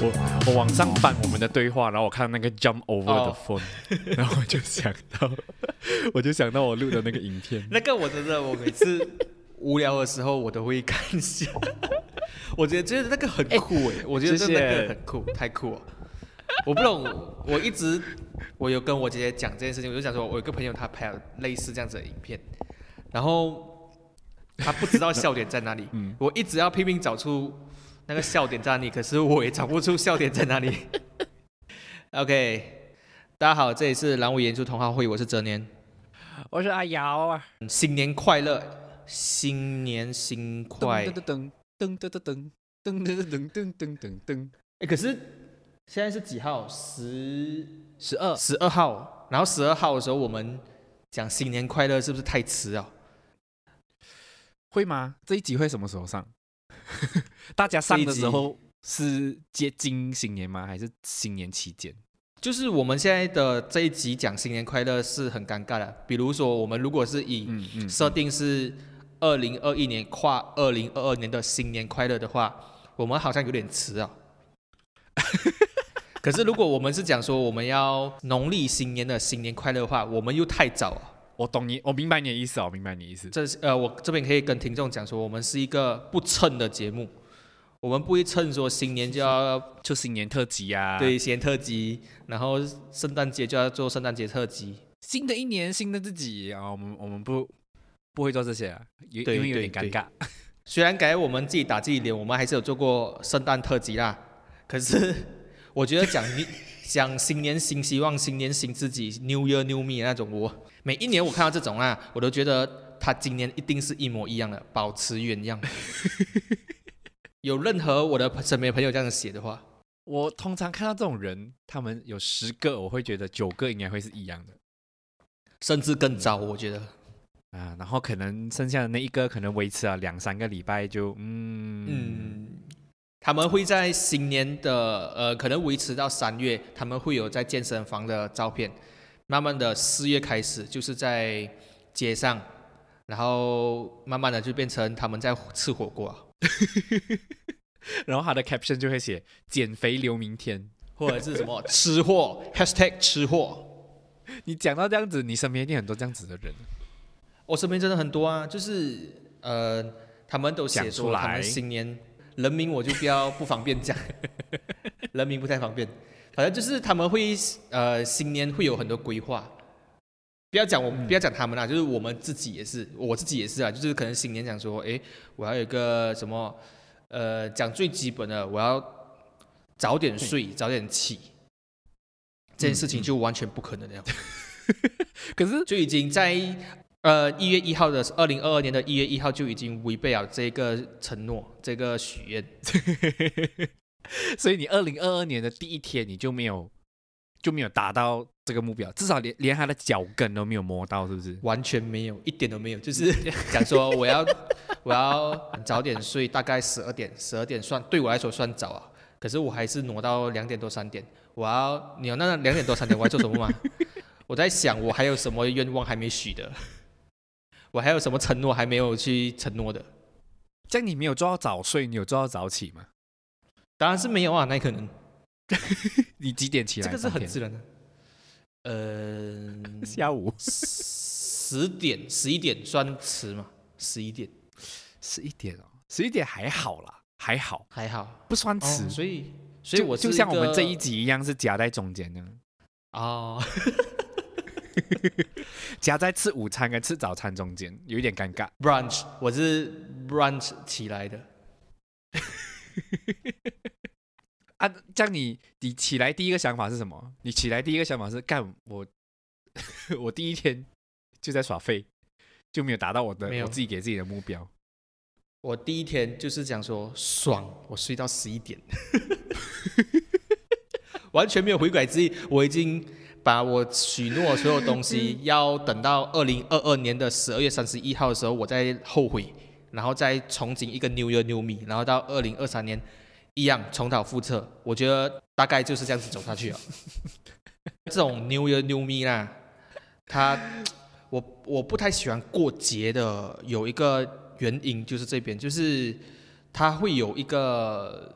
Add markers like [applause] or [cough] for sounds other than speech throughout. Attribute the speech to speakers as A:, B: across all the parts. A: 我我往上翻我们的对话，然后我看那个 jump over 的
B: 哦
A: phone，、然后我就想到， [laughs] 我就想到我录的那个影片，
B: 那个我真的，我每次无聊的时候我都会看
A: [laughs]
B: 一下。我觉得觉得那个很酷哎、我觉得
A: 谢
B: 那
A: 谢
B: 个很酷，太酷了。我不懂，我一直我有跟我姐姐讲这件事情，我就想说，我有一个朋友他拍了类似这样子的影片，然后他不知道笑点在哪
A: [laughs]
B: 里，
A: 嗯
B: 我一直要拼命找出那个笑点在哪里，可是我也找不出笑点
A: [laughs]
B: 在哪里。OK，大家好，这里是蓝武研究同好会，我是哲年。
A: 我是阿瑶啊，
B: 新年快乐，新年新快。
A: 噔噔噔噔噔噔噔噔噔噔噔噔噔，
B: 哎，可是现在是几号？十
A: 十二
B: 十二号。然后十二号的时候，我们讲新年快乐是不是太迟了？
A: 会吗？这一集会什么时候上？ [laughs] 大家上的时候是接近新年吗？还是新年期间？
B: 就是我们现在的这一集讲新年快乐是很尴尬的。比如说，我们如果是以
A: 嗯嗯，
B: 设定是二零二一年跨二零二二年的新年快乐的话，我们好像有点迟啊。可是如果我们是讲说我们要农历新年的新年快乐的话，我们又太早了。
A: 我懂你，我明白你的意思哦，我明白你的意思。
B: 这是呃，我这边可以跟听众讲说，我们是一个不蹭的节目，我们不会蹭说新年就要
A: 就新年特辑啊，，
B: 对新年特辑，然后圣诞节就要做圣诞节特辑。
A: 新的一年，新的自己啊，我们我们不不会做这些啊，因
B: 对
A: 因为有点尴
B: 对
A: 尬。
B: 虽然改我们自己打自己脸，我们还是有做过圣诞特辑啦。可是我觉得讲你讲新年新希望、新年新自己 （New Year New Me） 那种，我每一年我看到这种啊，我都觉得他今年一定是一模一样的，保持原样。有任何我的身边朋友这样写的话，
A: 我通常看到这种人，他们有十个，我会觉得九个应该会是一样的
B: 甚至更糟，我觉得。
A: 啊，然后可能剩下的那一个可能维持了两三个礼拜就嗯
B: 嗯，他们会在新年的呃，可能维持到三月，他们会有在健身房的照片。慢慢的，四月开始就是在街上，然后慢慢的就变成他们在吃火锅啊，
A: 然后他的 caption 就会写“减肥留明天
B: 或者是什么吃货 #hashtag 吃货。”。
A: 你讲到这样子，你身边一定很多这样子的人。
B: 我身边真的很多啊，就是呃，他们都写
A: 讲出
B: 说他
A: 来
B: 们新年人名我就不要不方便讲， [laughs] 人名不太方便。反正就是他们会呃新年会有很多规划，不要讲我、不要讲他们啦，就是我们自己也是，我自己也是啊，就是可能新年讲说，诶，我要有一个什么呃讲最基本的，我要早点睡，早点起。这件事情就完全不可能了，
A: 可是 [laughs]
B: 就已经在呃一月一号的二零二二年的一月一号就已经违背了这个承诺，这个许愿。
A: 所以你二零二二年的第一天你就没有就没有达到这个目标，至少连连他的脚跟都没有摸到，是不是？
B: 完全没有，一点都没有，就是讲说我要我要早点睡，大概十二点，十二点算对我来说算早啊，可是我还是挪到两点多三点。我要你有那两点多三点我要做什么吗？ [laughs] 我在想我还有什么愿望还没许的，我还有什么承诺还没有去承诺的？
A: 这样你没有做到早睡，你有做到早起吗？
B: 当然是没有啊，那可能
A: 你几点起来
B: 这
A: 当
B: 个
A: 天？
B: 是很自然的。呃，
A: 下午
B: 十点 [laughs] 十一点算迟嘛？十一点
A: 十一点哦，十一点还好啦，还好
B: 还好。
A: 不算迟。
B: 哦所以所以
A: 就
B: 我
A: 就是像我们
B: 个
A: 这一集一样，是夹在中间的，
B: 哦， [laughs]
A: 夹在吃午餐跟吃早餐中间，有一点尴尬。
B: brunch，我是 brunch 起来的。
A: 啊，这样你你起来第一个想法是什么？你起来第一个想法是干我， [laughs] 我第一天就在耍废，就没有达到我的
B: 没有
A: 我自己给自己的目标。
B: 我第一天就是讲说爽，我睡到十一点， [laughs] 完全没有悔改之意。我已经把我许诺所有东西，要等到二零二二年的十二月三十一号的时候，我再后悔，然后再重新一个 New Year New Me，然后到二零二三年一样重蹈覆辙。我觉得大概就是这样子走下去了。啊这种 New Year New Me 啦，它我我不太喜欢过节的，有一个原因就是这边，就是它会有一个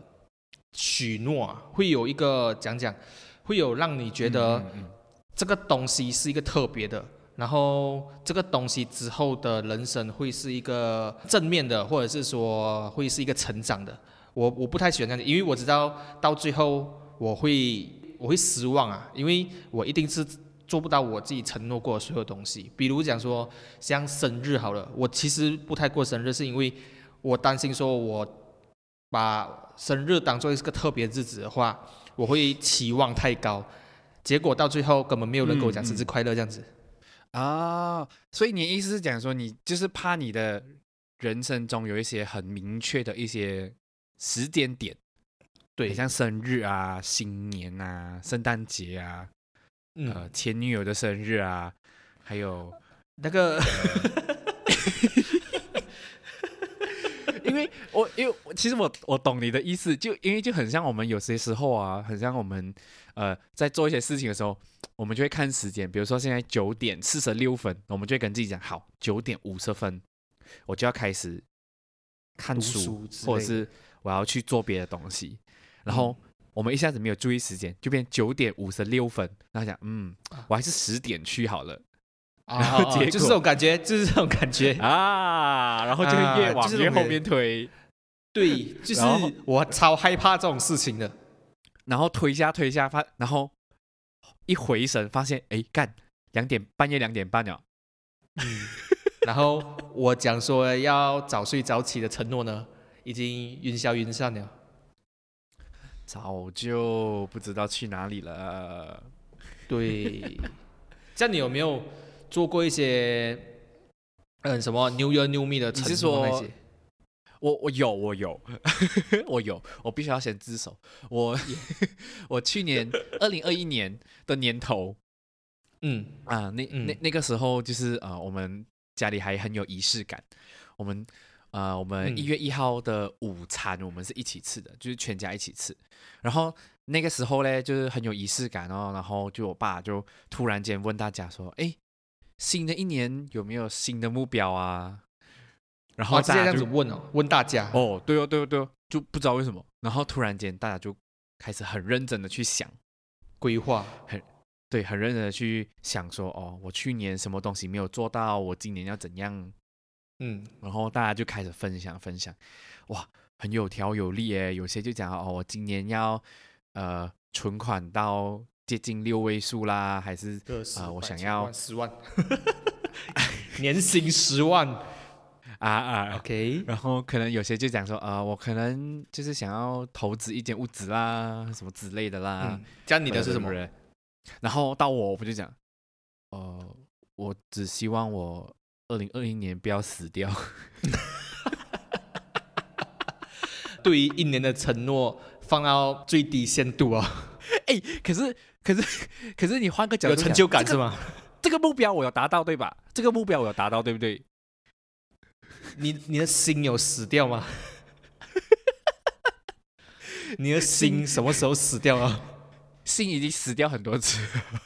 B: 许诺啊，会有一个讲讲，会有让你觉得
A: 嗯嗯嗯
B: 这个东西是一个特别的，然后这个东西之后的人生会是一个正面的，或者是说会是一个成长的。我我不太喜欢这样，因为我知道到最后我会我会失望啊，因为我一定是做不到我自己承诺过的所有东西。比如讲说像生日好了，我其实不太过生日，是因为我担心说我把生日当做一个特别日子的话，我会期望太高，结果到最后根本没有人跟我讲
A: 嗯嗯
B: 生日快乐这样子。
A: 啊，所以你的意思是讲说，你就是怕你的人生中有一些很明确的一些时间点，
B: 对
A: 很，像生日啊、新年啊、圣诞节啊、
B: 嗯，
A: 呃前女友的生日啊，还有
B: 那个
A: 因为我因为我其实我我懂你的意思，就因为就很像我们有些时候啊，很像我们呃在做一些事情的时候，我们就会看时间，比如说现在九点四十六分，我们就会跟自己讲，好，九点五十分我就要开始看
B: 读
A: 书
B: 书，之
A: 或者
B: 类
A: 是我要去做别的东西，然后。
B: 嗯
A: 我们一下子没有注意时间，就变九点五十六分，然后想，嗯，
B: 啊
A: 我还是十点去好了然后结果
B: [laughs] 就是这种感觉，就是这种感觉。
A: [laughs] 啊，然后就会越
B: 啊
A: 往
B: 就是
A: 越
B: 我们
A: 后面推，
B: 对，就是
A: 然后
B: 我超害怕这种事情的。
A: 然后推一下推一下发，然后一回神发现，哎，干两点半夜两点半了，
B: 然后我讲说要早睡早起的承诺呢，已经云消云散了。
A: 早就不知道去哪里了。
B: 对，这样你有没有做过一些嗯什么 New Year New Me 的承
A: 你是
B: 诺那
A: 说
B: 些？
A: 我我有我有 [laughs] 我有，我必须要先自首。我 [laughs] 我去年二零二一年的年头
B: 嗯
A: 啊，那那
B: 嗯
A: 那个时候就是啊，呃我们家里还很有仪式感，我们。呃，我们
B: 嗯
A: 一月一号的午餐，我们是一起吃的，就是全家一起吃。然后那个时候嘞，就是很有仪式感哦。然后就我爸就突然间问大家说：“哎，新的一年有没有新的目标啊？”然后
B: 哦，直
A: 大
B: 接这
A: 家
B: 样
A: 就
B: 子问哦，问大家。
A: 哦，对哦，对哦，对哦，就不知道为什么，然后突然间大家就开始很认真的去想，
B: 规划，
A: 对，很认真的去想说，哦，我去年什么东西没有做到，我今年要怎样，
B: 嗯，
A: 然后大家就开始分享分享，哇，很有条有理诶，有些就讲哦，我今年要呃存款到接近六位数啦，还是
B: 个十
A: 啊我
B: 百
A: 想
B: 千
A: 要
B: 万十万， [laughs] 年薪十万
A: 啊啊，
B: ，OK，
A: 然后可能有些就讲说，啊、我可能就是想要投资一间屋子啦，什么之类的啦。呃
B: 嗯，这样你的是什么？
A: 人？然后到我，我就讲，呃，我只希望我二零二一年不要死掉。
B: 对于一年的承诺放到最低限度啊，
A: 哎，可是可是可是你换个角度
B: 有
A: 想，
B: 成就感
A: 这
B: 是
A: 个
B: 吗？
A: 这个目标我有达到对吧？这个目标我有达到对不对？
B: 你你的心有死掉 [laughs] 吗？你的心什么时候死掉啊？
A: 心已经死掉很多 [laughs] 次了，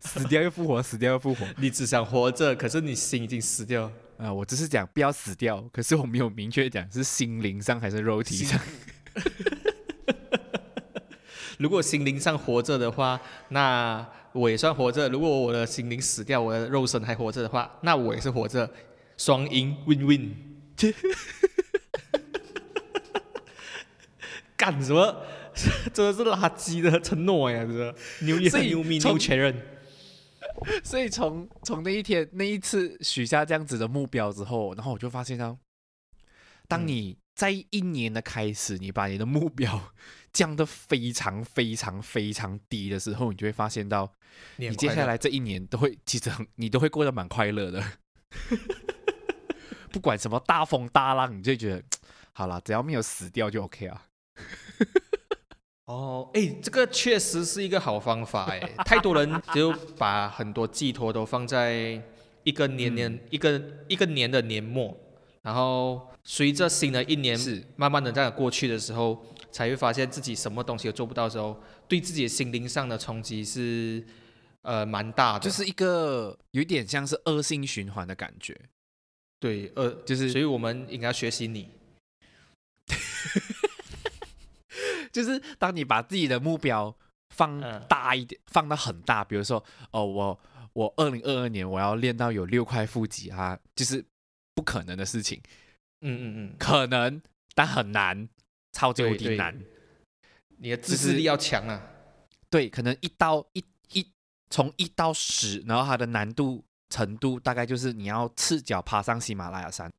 A: 死掉又复活，死掉又复活。
B: 你只想活着，可是你心已经死掉了。
A: 啊、我只是讲不要死掉，可是我没有明确讲是心灵上还是肉体上。
B: [laughs] 如果心灵上活着的话，那我也算活着；如果我的心灵死掉，我的肉身还活着的话，那我也是活着，双赢，win win。干什么？ [laughs] 真的是垃圾的承诺呀！真的，牛
A: 所
B: 眼
A: 以
B: 牛咪
A: 从
B: 牛确认。
A: [laughs] 所以从从那一天那一次许下这样子的目标之后，然后我就发现到，当
B: 嗯
A: 你在一年的开始，你把你的目标降得非常非常非常低的时候，你就会发现到，
B: 你
A: 你
B: 很
A: 接
B: 快
A: 下
B: 乐
A: 来这一年都会其实很你都会过得蛮快乐的， [laughs] 不管什么大风大浪，你就会觉得好啦，只要没有死掉就 OK 啊。
B: 哦，哎，这个确实是一个好方法哎，太多人就把很多寄托都放在一个年
A: 嗯
B: 年、一个一个年的年末，然后随着新的一年
A: 是
B: 慢慢的这样过去的时候，才会发现自己什么东西都做不到的时候，对自己的心灵上的冲击是呃蛮大的，
A: 就是一个有一点像是恶性循环的感觉，
B: 对呃，
A: 就是
B: 所以我们应该学习你，
A: 就是当你把自己的目标放
B: 嗯
A: 大一点，放到很大，比如说哦，我我二零二二年我要练到有六块腹肌啊，就是不可能的事情，
B: 嗯嗯嗯，
A: 可能但很难，超级
B: 对
A: 无敌
B: 对
A: 难。
B: 你的自制力要强啊。
A: 对，可能一到一一从一到十，然后它的难度程度大概就是你要赤脚爬上喜马拉雅山，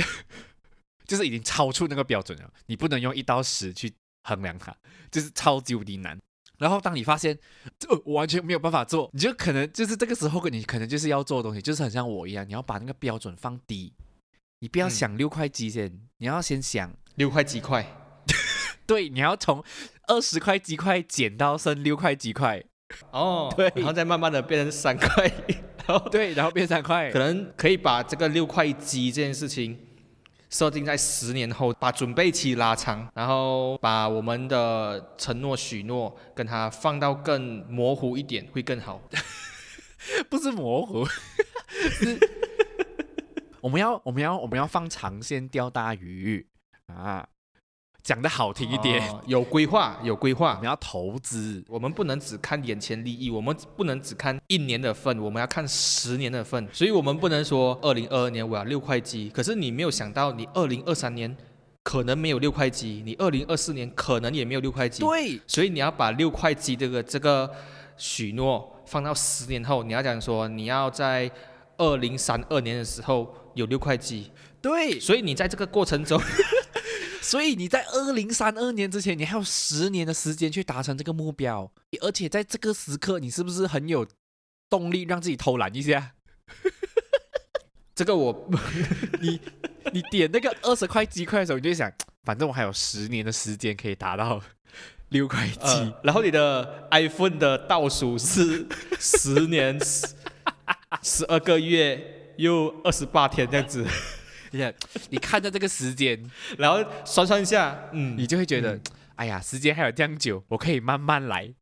A: [laughs] 就是已经超出那个标准了。你不能用一到十去衡量它，就是超级无敌难。然后当你发现，呃，我完全没有办法做，你就可能就是这个时候，你可能就是要做的东西，就是很像我一样，你要把那个标准放低，你不要
B: 嗯
A: 想六块肌先，你要先想
B: 六块几块？
A: 对，你要从二十块鸡块减到剩六块鸡块，
B: 哦，
A: 对
B: 然后再慢慢的变成三块， [laughs] 然后
A: 对，然后变三块
B: 可。能可以把这个六块鸡这件事情设定在十年后，把准备期拉长，然后把我们的承诺许诺跟它放到更模糊一点会更好。
A: 不是模糊，是我们要我们要我们要放长线钓大鱼啊，讲的好听一点，
B: 哦有规划，有规
A: 我
B: 划
A: 们。要投资，
B: 我们不能只看眼前利益，我们不能只看一年的份，我们要看十年的份。所以，我们不能说二零二二年我要六块鸡，可是你没有想到，你二零二三年可能没有六块鸡，你二零二四年可能也没有六块鸡。
A: 对
B: 所以你要把六块鸡这个这个许诺放到十年后，你要讲说你要在二零三二年的时候有六块鸡，
A: 对，
B: 所以你在这个过程中，
A: 所以你在二零三二年之前，你还有十年的时间去达成这个目标，而且在这个时刻，你是不是很有动力让自己偷懒一下？
B: [laughs] 这个我
A: 你点那个二十块鸡块的时候，你就会想，反正我还有十年的时间可以达到六块鸡。
B: 呃，然后你的 iPhone 的倒数是十年十十二个月又二十八天这样子， [laughs]
A: 你看，你看到这个时间，
B: 然后算算一下，嗯，
A: 你就会觉得，
B: 嗯
A: 哎呀，时间还有这样久，我可以慢慢来。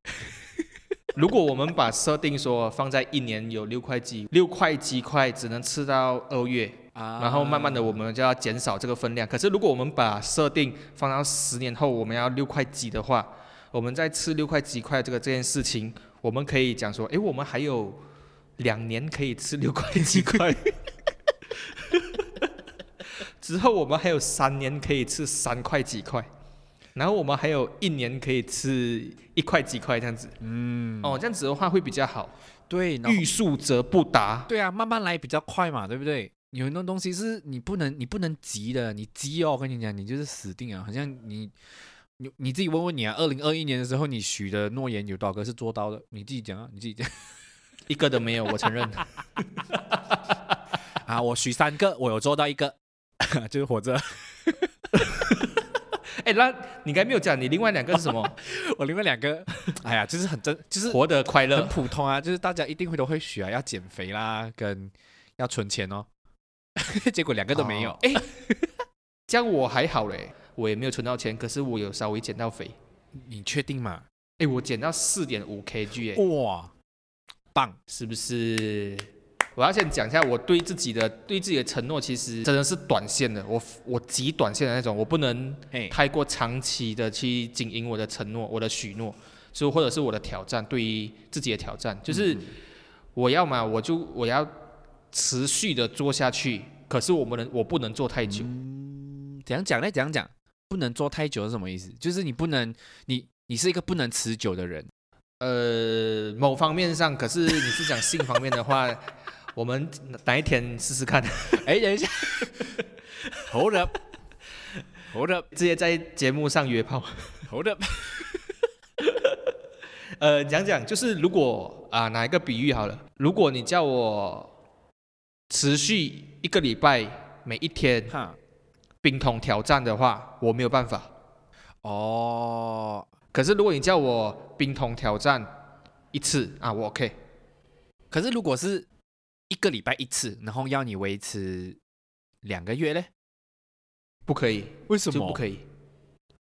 B: 如果我们把设定说放在一年有六块鸡，六块鸡块只能吃到二月，
A: 啊
B: 然后慢慢的，我们就要减少这个分量。可是如果我们把设定放到十年后，我们要六块几的话，我们在吃六块几块这个这件事情，我们可以讲说，诶，我们还有两年可以吃六块几 [laughs] 块，之后我们还有三年可以吃三块几块，然后我们还有一年可以吃一块几块这样子。嗯，哦，这样子的话会比较好。
A: 对，然后
B: [laughs] 欲速则不达。
A: 对啊，慢慢来比较快嘛，对不对？有很多东西是你不能，你不能急的，你急哦，我跟你讲，你就是死定了。好像你，你你自己问问你啊，二零二一年的时候你许的诺言有多少个是做到的？你自己讲啊，你自己讲 [laughs]
B: 一个都没有，我承认。
A: 啊。我许三个，我有做到一个， [laughs] 就是活着。 [laughs]
B: 哎，那你刚才没有讲，你另外两个是什么？
A: 我另外两个， [laughs] 哎呀，就是很真，就是
B: 活得快
A: 很
B: 乐。
A: 普通啊，就是大家一定会都会学啊，要减肥啦，跟要存钱哦。 [laughs] 结果两个都没有
B: 哦，哎、 [laughs] 这样我还好嘞，我也没有存到钱，可是我有稍微减到肥。
A: 你确定吗？
B: 哎，我减到四点五 kg 哎、
A: 哇，棒！
B: 是不是？我要先讲一下，我对自己的对自己的承诺，其实真的是短线的，我我极短线的那种，我不能
A: 哎，
B: 太过长期的去经营我的承诺、我的许诺，所以或者是我的挑战，对于自己的挑战，就是我要嘛，我就我要持续的做下去。可是我们能，我不能做太久。
A: 怎样讲呢？怎样讲？不能做太久是什么意思？就是你不能，你你是一个不能持久的 [laughs] 人。
B: 呃，某方面上，可是你是讲性方面的话，我们哪一天试试看， [laughs]
A: 哎，等一下，Hold up，Hold
B: 直接在节目上约炮。
A: up，Hold up，
B: 呃，讲讲就是如果啊、拿一个比喻好了，如果你叫我持续一个礼拜，每一天
A: 哈，
B: 冰桶挑战的话，我没有办法。
A: 哦，
B: 可是如果你叫我冰桶挑战一次啊，我 OK。
A: 可是如果是一个礼拜一次，然后要你维持两个月嘞，
B: 不可以，
A: 为什
B: 就不可以。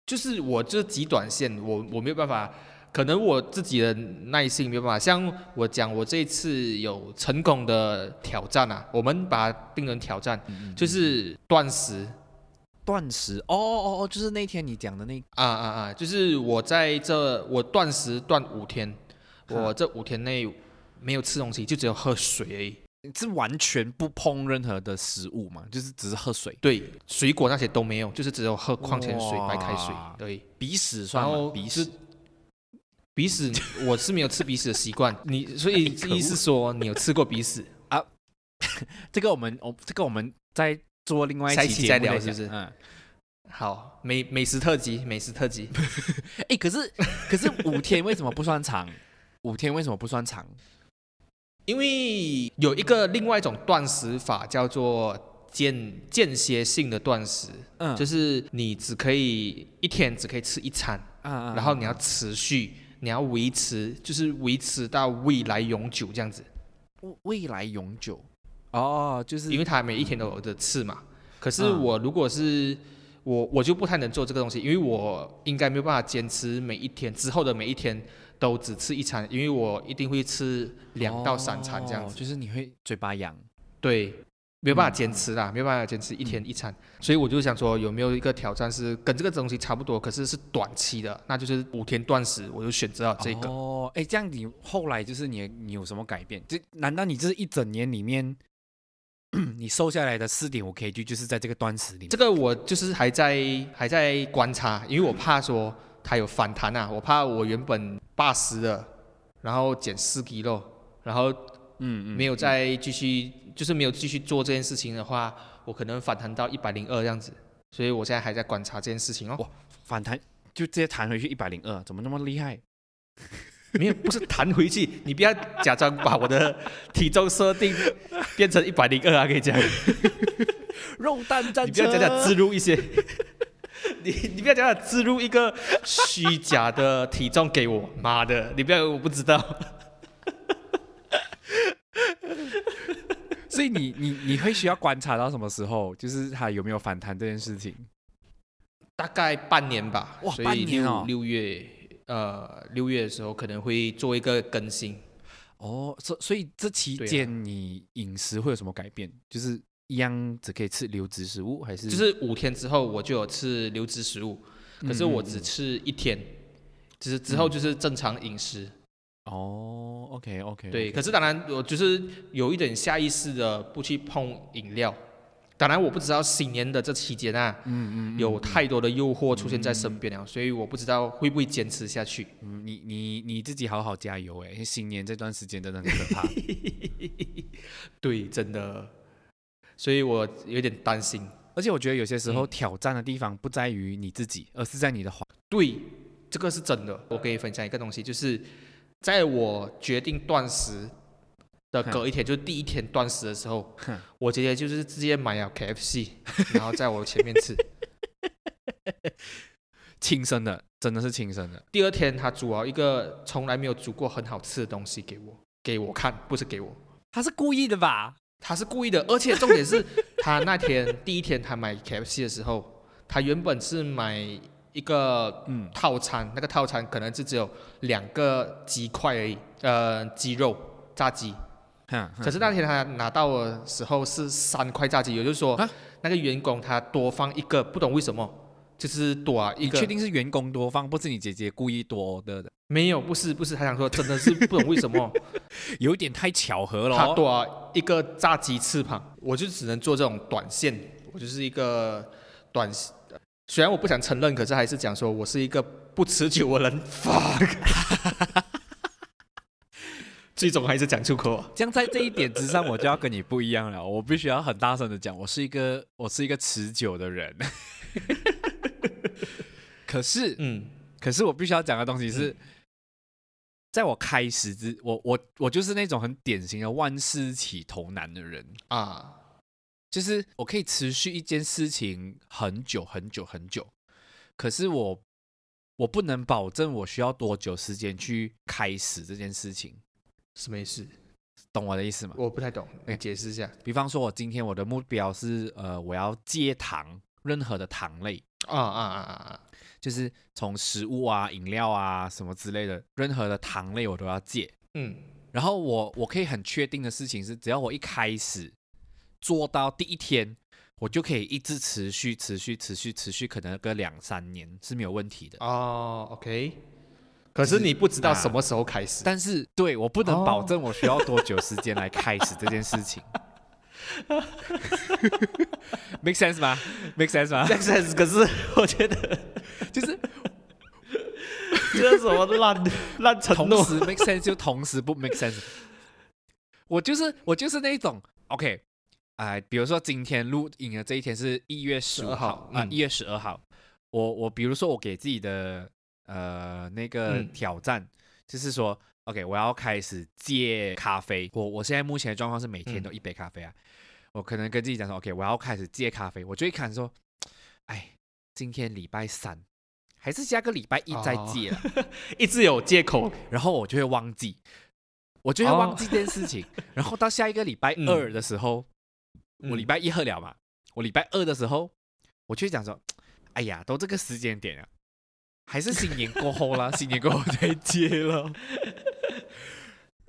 B: 就是我这极短线，我我没有办法，可能我自己的耐性没有办法。像我讲，我这一次有成功的挑战啊，我们把它定成挑战，
A: 嗯嗯
B: 就是断食，
A: 断食，哦哦哦，就是那天你讲的那
B: 啊啊啊！就是我在这我断食断五天，我这五天内没有吃东西，就只有喝水而已。
A: 是完全不碰任何的食物嘛，就是只是喝水，
B: 对，水果那些都没有，就是只有喝矿泉水、白开水
A: 哇。
B: 对，
A: 鼻屎算
B: 然
A: 吗？
B: 后
A: 鼻
B: 是
A: 屎
B: 鼻屎， [laughs] 我是没有吃鼻屎的习惯。你
A: [laughs]
B: 所以
A: 可恶
B: 意思说你有吃过鼻屎？
A: 这个我们我这个我们在做另外
B: 下一
A: 期
B: 期
A: 节
B: 再
A: 目
B: 聊
A: 来
B: 是不
A: 讲
B: 是
A: 嗯，
B: 好，美美食特辑，美食特辑。
A: 哎，可是可是五天为什么不算长？五天为什么不算长？
B: 因为有一个另外一种断食法叫做间间歇性的断食，
A: 嗯，
B: 就是是你只可以一天只可以吃一餐，
A: 啊啊，
B: 然后你要持续，你要维持，就是维持到未来永久这样子，
A: 未未来永久哦，就是
B: 因为它每一天都有的吃嘛。可是
A: 嗯
B: 我如果是我，我就不太能做这个东西，因为我应该没有办法坚持每一天之后的每一天都只吃一餐，因为我一定会吃两到三餐这样
A: 哦
B: 子。
A: 就是你会嘴巴痒。
B: 对，没有办法
A: 嗯
B: 坚持啦，没有办法坚持一天一餐，所以我就想说，有没有一个挑战是跟这个东西差不多，可是是短期的，那就是五天断食，我就选择了这个。
A: 哦，哎，这样你后来就是你你有什么改变？这难道你这一整年里面， [coughs] 你瘦下来的四点五 kg 就是在这个断食里面？
B: 这个我就是还在还在观察，因为我怕说它有反弹啊，我怕我原本八十的，然后减四 k 肉，然后
A: 嗯
B: 没有再继续，就是没有继续做这件事情的话，我可能反弹到一百零二这样子，所以我现在还在观察这件事情哦。
A: 反弹，就直接弹回去一百零二，怎么那么厉害？
B: [laughs] 没有，不是弹回去，你不要假装把我的体重设定变成一百零二啊，跟你讲，
A: 肉蛋战
B: 你不要假假植入一些，你你不要假假植入一个虚假的体重给我，妈的，你不要以为我不知道，
A: 所以你你你会需要观察到什么时候，就是它有没有反弹这件事情？
B: 大概半年吧，
A: 哇
B: 所
A: 半
B: 以
A: 年哦
B: 六六月呃六月的时候可能会做一个更新，
A: 哦，所所以这期
B: 对啊
A: 间你饮食会有什么改变？就是一样只可以吃流质食物，还是
B: 就是五天之后我就有吃流质食物，可是我
A: 嗯嗯
B: 只吃一天，只是之后就是正常饮食。
A: 哦，OK OK，
B: 对，可是当然我就是有一点下意识的不去碰饮料。当然我不知道新年的这期间啊，
A: 嗯嗯，
B: 有太多的诱惑出现在身边了，所以我不知道会不会坚持下去。
A: 嗯你你你自己好好加油哎，因为新年这段时间真的很可怕。
B: 对，真的，所以我有点担心。
A: 而且我觉得有些时候
B: 嗯
A: 挑战的地方不在于你自己，而是在你的环。
B: 对，这个是真的。我跟你分享一个东西，就是在我决定断食的
A: 哼
B: 隔一天，就是第一天断食的时候
A: 哼，
B: 我直接就是直接买了 KFC，然后在我前面吃。
A: 亲身的，真的是亲身的。
B: 第二天他煮了一个从来没有煮过很好吃的东西给我，给我看，不是给我，
A: 他是故意的吧？
B: 他是故意的。而且重点是，他那天第一天他买 KFC 的时候，他原本是买一个
A: 嗯
B: 套餐，那个套餐可能就只有两个鸡块而已，呃，鸡肉炸鸡。
A: 哼，
B: 可是那天他拿到的时候是三块炸鸡，也就是说
A: 啊，
B: 那个员工他多放一个，不懂为什么，就是多啊一
A: 你
B: 个。
A: 确定是员工多放，不是你姐姐故意多的？
B: 没有，不是不是，他想说真的是不懂为什么。
A: 有点太巧合了
B: 他
A: 哦。
B: 多了一个炸鸡翅膀，我就只能做这种短线，我就是一个短。虽然我不想承认，可是还是讲说我是一个不持久的人。fuck，最终还是讲出口啊。
A: 这样在这一点之上，我就要跟你不一样了。我必须要很大声的讲，我是一个我是一个持久的人。 [laughs] 可是，
B: 嗯，
A: 可是我必须要讲的东西是，在我开始之，我我我就是那种很典型的万事起头难的人，
B: 啊，
A: 就是我可以持续一件事情很久很久很久，可是我我不能保证我需要多久时间去开始这件事情，
B: 什么意思？
A: 懂我的意思吗？
B: 我不太懂，
A: 哎
B: 你解释一下
A: 比方说，我今天我的目标是，呃，我要戒糖，任何的糖类，
B: 啊啊啊啊！
A: 就是从食物啊、饮料啊什么之类的，任何的糖类我都要戒。
B: 嗯，
A: 然后我我可以很确定的事情是，只要我一开始做到第一天，我就可以一直持续、持续、持续、持续，可能个两三年是没有问题的。
B: 哦，OK。可是啊你不知道什么时候开始。
A: 但是对我不能保证我需要多久时间来开始这件事情。Make sense 吗？Make sense
B: [laughs]
A: 吗？
B: 但是 [laughs] 可是我觉得
A: 就是
B: 这是什么烂 [laughs] 烂承
A: 同
B: 诺
A: 时 make sense 就同时不 make sense。我就是我就是那一种 OK，哎、比如说今天录影的这一天是一月十五
B: 12号
A: 号啊，
B: 嗯
A: 一、月十二号。我我比如说我给自己的呃那个
B: 嗯
A: 挑战，就是说 OK，我要开始戒咖啡。我我现在目前的状况是每
B: 嗯
A: 天都一杯咖啡啊。我可能跟自己讲说 OK，我要开始戒咖啡。我就会看说，哎，今天礼拜三，还是下个礼拜一再
B: 哦
A: 戒了。
B: 一直有借口。
A: 然后我就会忘记，我就会忘记这件事情。然后到下一个礼拜
B: 嗯
A: 二的时候，我礼
B: 拜
A: 拜一喝了嘛，我礼拜二的时候，我就会讲说，哎呀，都这个时间点了，还是新年过后啦， [laughs] 新年过后再接了。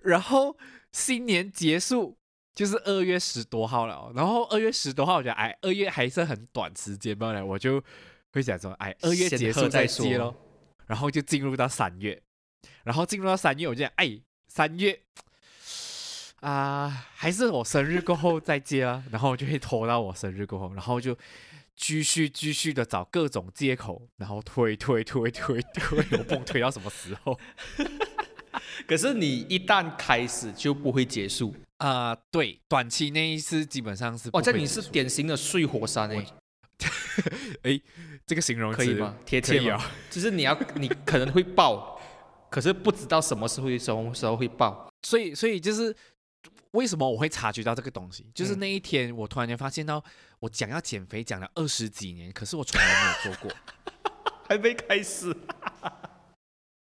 A: 然后新年结束就是二月十多号了哦，然后二月十多号，我觉得哎，二月还是很短时间罢了，我就会想说，哎，二月
B: 先
A: 结束
B: 喝再
A: 接
B: 说
A: 咯，然后就进入到三月，然后进入到三月，我就想，哎，三月。啊、还是我生日过后再接啊， [laughs] 然后我就会拖到我生日过后，然后就继续继续的找各种借口，然后推推推推推，我不懂推到什么时候？
B: 可是你一旦开始就不会结束。
A: 啊、对，短期内是基本上是
B: 哇，
A: 不
B: 这
A: 会
B: 你
A: 结
B: 是
A: 束
B: 典型的睡火山哎，
A: 这个形容
B: 可以
A: 词
B: 吗？贴
A: 可
B: 切
A: 以
B: 吗？
A: 啊，
B: 就是你要 [laughs] 你可能会爆，可是不知道什么时候会什么时候会爆。
A: 所以所以就是为什么我会察觉到这个东西，就是
B: 嗯
A: 那一天我突然间发现到我讲要减肥讲了二十几年，可是我从来没有做过，
B: 还没开始，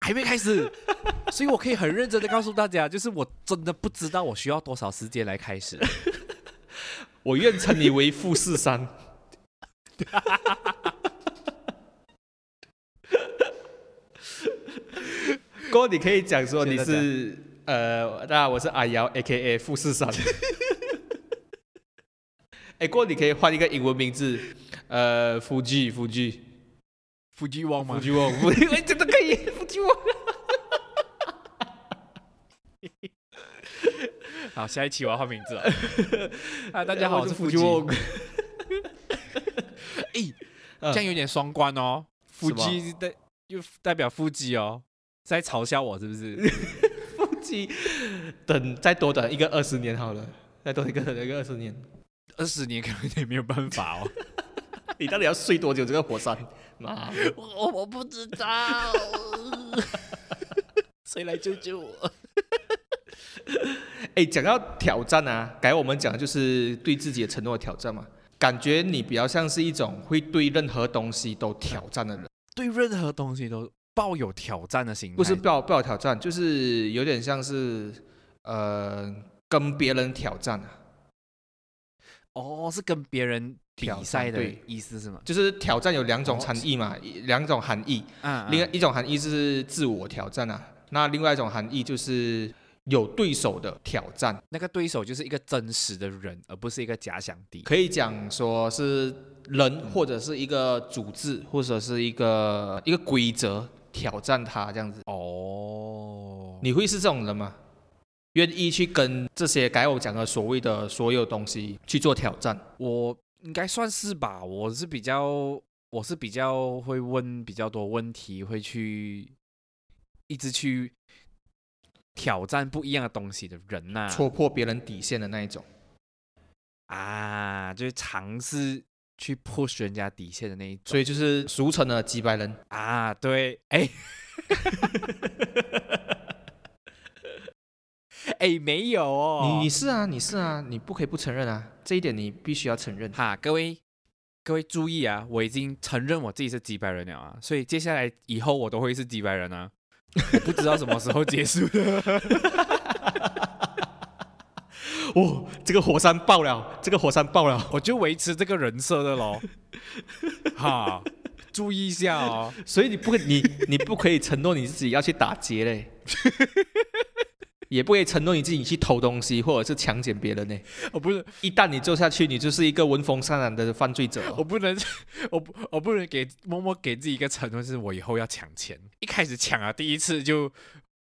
A: 还没开始，所以我可以很认真的告诉大家，就是我真的不知道我需要多少时间来开始。
B: 我愿称你为富士山。哥，你可以讲说你
A: 谢
B: 是呃，那我是阿瑶，A K A 富士山。 [laughs] 哎，哥，你可以换一个英文名字，呃，Fuji Fuji
A: 腹肌 [laughs] 汪吗？
B: Fuji 王，我 [laughs] 我真的可以 Fuji 王。
A: 好，下一期我要换名 [laughs] 字了。啊，大家好，我是腹肌。
B: 王。 [laughs]
A: 哎，
B: 嗯
A: 这样有点双关哦，腹
B: 是吗
A: 肌代又代表腹肌哦，是在嘲笑我是不是？
B: 机，等再多等一个二十年好了，再多一个一个二十年，
A: 二十年可能也没有办法哦。
B: 你到底要睡多久这个火山？妈的，
A: 我我不知道，谁来救救我？
B: 哎，讲到挑战啊，改我们讲的就是对自己的承诺的挑战嘛。感觉你比较像是一种会对任何东西都挑战的人，
A: [laughs] 对任何东西都抱有挑战的心态，
B: 不是不要不要挑战，就是有点像是呃跟别人挑战啊，
A: 哦，是跟别人
B: 挑
A: 比
B: 战
A: 赛的
B: 对
A: 意思是吗？
B: 就是挑战有两种
A: 哦
B: 含义嘛，一两种含义。
A: 嗯，
B: 另外一种含义是自我挑战啊，那另外一种含义就是有对手的挑战，
A: 那个对手就是一个真实的人，而不是一个假想敌。
B: 可以讲说是人或者是一个组织或者是一个一个规则挑战他这样子。
A: 哦，
B: 你会是这种人吗？愿意去跟这些该我讲的所谓的所有东西去做挑战？
A: 我应该算是吧，我是比较，我是比较会问比较多问题，会去一直去挑战不一样的东西的人呐、
B: 戳破别人底线的那一种，
A: 啊，就是尝试去 push 人家底线的那一种
B: 所以就是俗称的几百人。
A: 啊，对，哎。哎，没有哦，
B: 你你是啊，你是啊，你不可以不承认啊，这一点你必须要承认。
A: 哈，各位各位注意啊，我已经承认我自己是几百人了啊，所以接下来以后我都会是几百人啊。我不知道什么时候结束的， [laughs]
B: 哦，这个火山爆了，这个火山爆了，
A: 我就维持这个人设的咯。哈，注意一下哦。
B: [laughs] 所以你不可你你不可以承诺你自己要去打劫嘞。也不可以承诺你自己去偷东西或者是强奸别人呢。
A: 我不是，
B: 一旦你做下去，你就是一个闻风丧胆的犯罪者哦、
A: 我不能， [laughs] 我不，我不能给默默给自己一个承诺，是我以后要抢钱。一开始抢啊，第一次就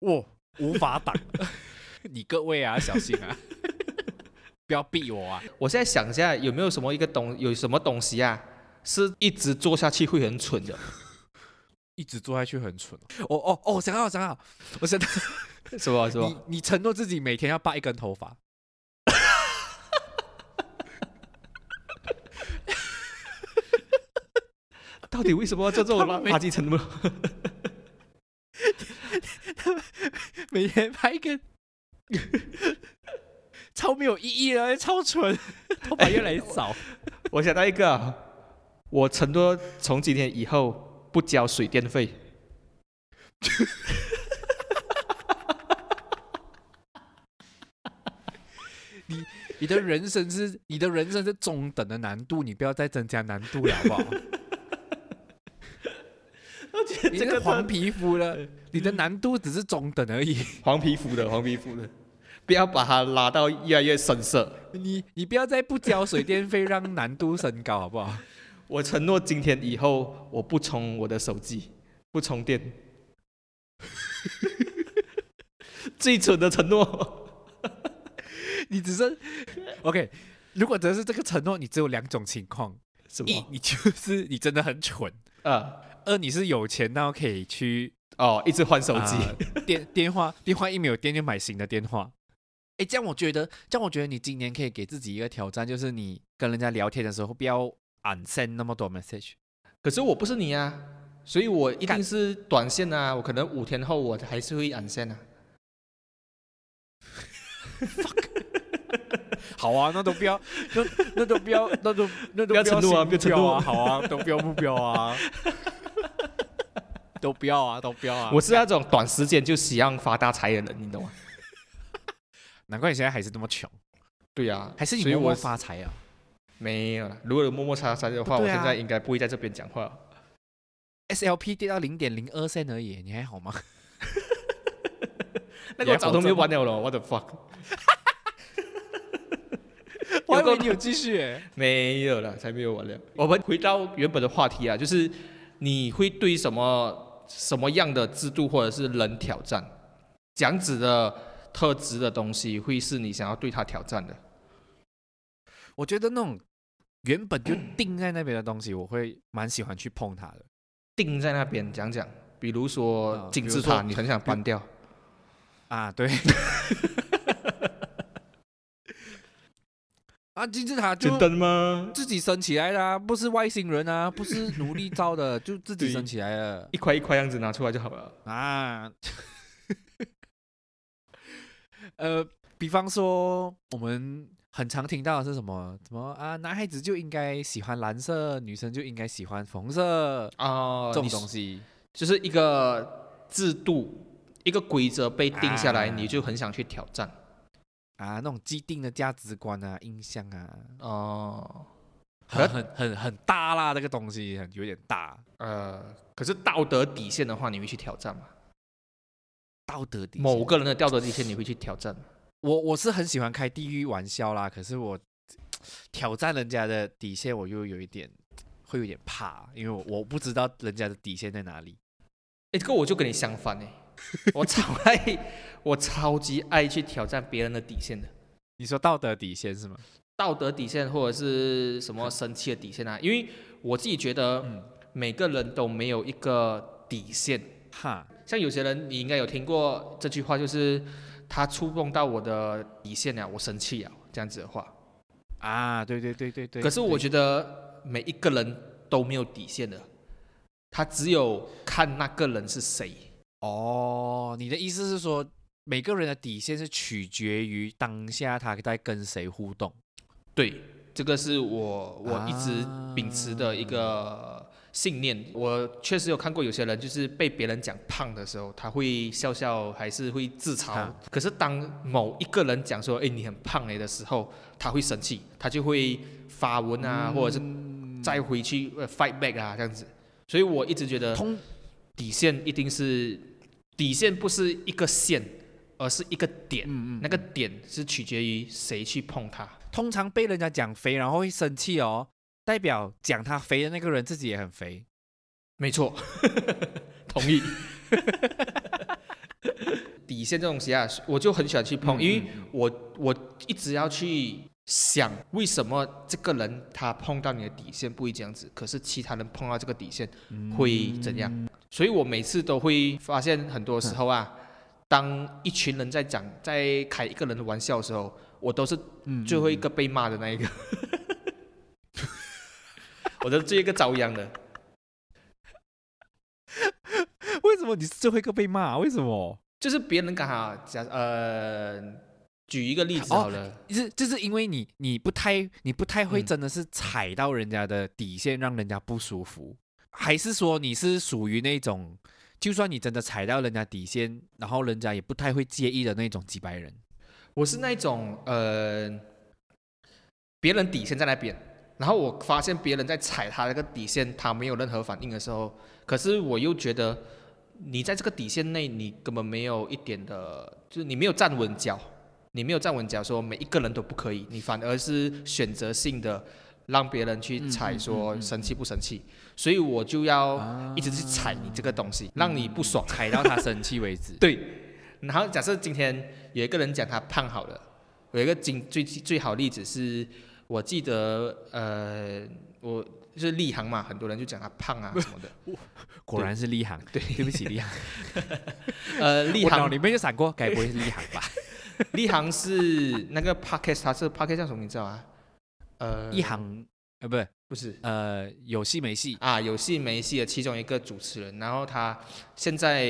A: 哇无法挡， [laughs] 你各位啊，小心啊， [laughs] 不要逼我啊。
B: 我现在想一下，有没有什么一个东有什么东西啊，是一直做下去会很蠢的？
A: 一直做下去很蠢。哦哦哦，想好想好，我想到
B: 什么什
A: 你
B: 么？
A: 你承诺自己每天要拔一根头发，
B: [laughs] 到底为什么要做 [laughs] 这种
A: 他们
B: 垃
A: 没
B: 垃圾承诺？
A: [laughs] 每天拔一根， [laughs] 超没有意义了，超 [laughs] 蠢，头发越来越少。
B: 我想到一个啊，我承诺从今天以后不交水电费。
A: 你的人生是你的人生是中等的难度，你不要再增加难度了，好不好？你
B: 这
A: 是
B: 个嗯
A: 黄皮肤了，你的难度只是中等而已。
B: 黄皮肤的，黄皮肤的，不要把它拉到越来越深色。
A: 你你不要再不交水电费，让难度升高，好不好？
B: 我承诺今天以后我不充我的手机，不充电。 [laughs] 最蠢的承诺， [laughs]
A: 你只是 OK。如果只是这个承诺，你只有两种情况：
B: 什
A: 一
B: 么？，
A: 你就是你真的很蠢；
B: 啊，
A: 二，你是有钱到可以去
B: 哦，一直换手机。
A: 呃电电话电话一没有电就买新的电话。哎，这样我觉得，这样我觉得你今年可以给自己一个挑战，就是你跟人家聊天的时候不要 unsend 那么多 message。
B: 可是我不是你啊，所以我一定
A: 干
B: 是短线啊，我可能五天后我还是会按线啊。
A: 好啊，那都不要，那那都不要，那都那都
B: 不要承诺啊
A: 不要
B: 不要承诺啊
A: 好啊，都不要目标啊，
B: [laughs]
A: 都不要啊，都不要啊。
B: 我是那种短时间就希望发大财的人，你懂吗？
A: 难怪你现在还是这么穷，
B: 对啊，
A: 还是你
B: 所以
A: 默
B: 我
A: 默发财啊？
B: 没有啦。如果有默默叉叉的话，
A: 不
B: 我
A: 对啊
B: 现在应该不会在这边讲话了。
A: SLP 跌到零点零二线而已，你还
B: [laughs]
A: 好吗？
B: 那个我早都
A: [laughs]
B: 没玩了了，what the fuck？
A: 我
B: 有
A: 以为
B: 够
A: 你有继续、欸，
B: 没有了，才没有完了。我们回到原本的话题啊，就是你会对什么什么样的制度或者是人挑战？这样子的特质的东西，会是你想要对他挑战的？
A: 我觉得那种原本就定在那边的东西，我会蛮喜欢去碰它的。
B: 定在那边讲讲，比如说
A: 啊
B: 金
A: 比
B: 字
A: 如
B: 塔，
A: 说
B: 你很想搬掉，
A: 啊，对。啊，金字塔就
B: 单吗？
A: 自己升起来啦、不是外星人啊，不是奴隶造的，就自己升起来了
B: 一块一块样子拿出来就好了。
A: 啊。 [laughs] 呃，比方说我们很常听到的是什么？什么啊？男孩子就应该喜欢蓝色，女生就应该喜欢粉红色、
B: 哦，
A: 这种东西。
B: 就是一个制度、一个规则被定下来，
A: 啊
B: 你就很想去挑战。
A: 啊，那种既定的价值观啊、印象啊，
B: 哦，
A: 很
B: 可
A: 很很很大啦，这个东西很有点大，
B: 呃，可是道德底线的话，你会去挑战吗？
A: 道德底线
B: 某个人的道德底线，你会去挑战吗？
A: 我我是很喜欢开地狱玩笑啦，可是我挑战人家的底线，我又有一点会有点怕，因为我我不知道人家的底线在哪里。
B: 哎，这个我就跟你相反 [laughs] 哎，我超爱，我超级爱去挑战别人的底线的，
A: 你说道德底线是吗？
B: 道德底线或者是什么生气的底线啊？因为我自己觉得
A: 嗯，
B: 每个人都没有一个底线，
A: 哈，
B: 像有些人你应该有听过这句话，就是他触碰到我的底线了，我生气了，这样子的话。
A: 啊，对对对对对。
B: 可是
A: 对
B: 我觉得每一个人都没有底线的，他只有看那个人是谁。
A: 哦，你的意思是说，每个人的底线是取决于当下他在跟谁互动。
B: 对，这个是我我
A: 啊
B: 一直秉持的一个信念。我确实有看过有些人，就是被别人讲胖的时候，他会笑笑，还是会自嘲
A: 啊。
B: 可是当某一个人讲说“哎，你很胖哎”的时候，他会生气，他就会发文
A: 嗯
B: 啊，或者是再回去呃 fight back 啊这样子。所以我一直觉得
A: 通
B: 底线一定是底线，不是一个线，而是一个点，
A: 嗯嗯
B: 那个点是取决于谁去碰它。
A: 通常被人家讲肥，然后会生气哦，代表讲他肥的那个人自己也很肥。[laughs]
B: 没错，同意。底线这种东西啊，我就很喜欢去碰，
A: 嗯
B: 因为我我一直要去想为什么这个人他碰到你的底线不会这样子，可是其他人碰到这个底线会怎样？
A: 嗯
B: 所以我每次都会发现，很多时候啊，当一群人在讲在开一个人的玩笑的时候，我都是
A: 嗯
B: 最后一个被骂的那一个， [laughs] 我都是最后一个遭殃的。
A: 为什么你是最后一个被骂啊？为什么？
B: 就是别人刚好假呃，举一个例子好了，
A: 就是就是因为你你不太你不太会
B: 嗯
A: 真的是踩到人家的底线，让人家不舒服，还是说你是属于那种就算你真的踩到人家底线，然后人家也不太会介意的那种几百人？
B: 我是那种呃，别人底线在那边，然后我发现别人在踩他那个底线，他没有任何反应的时候，可是我又觉得你在这个底线内，你根本没有一点的，就是你没有站稳脚，你没有站稳脚，说每一个人都不可以，你反而是选择性的让别人去
A: 嗯
B: 踩，
A: 嗯嗯
B: 说
A: 嗯
B: 生气不生气，所以我就要一直去踩你这个东西，让你不爽。。
A: 踩到他生气为止 [laughs]
B: 对，然后假设今天有一个人讲他胖好了，有一个经最最好例子是，我记得呃，我就是立行嘛，很多人就讲他胖
A: [laughs]
B: 啊什么的，
A: 果然是立行，对，对不起立 [laughs] 行，
B: 呃，立
A: 我脑
B: 行
A: 里面就闪过，该不会是立行吧？ [laughs]
B: 立行是那个 podcast，它是 podcast 叫什么名字啊？呃，
A: 一行呃，不是
B: 不是
A: 呃，有戏没戏，
B: 啊，有戏没戏的其中一个主持人，然后他现在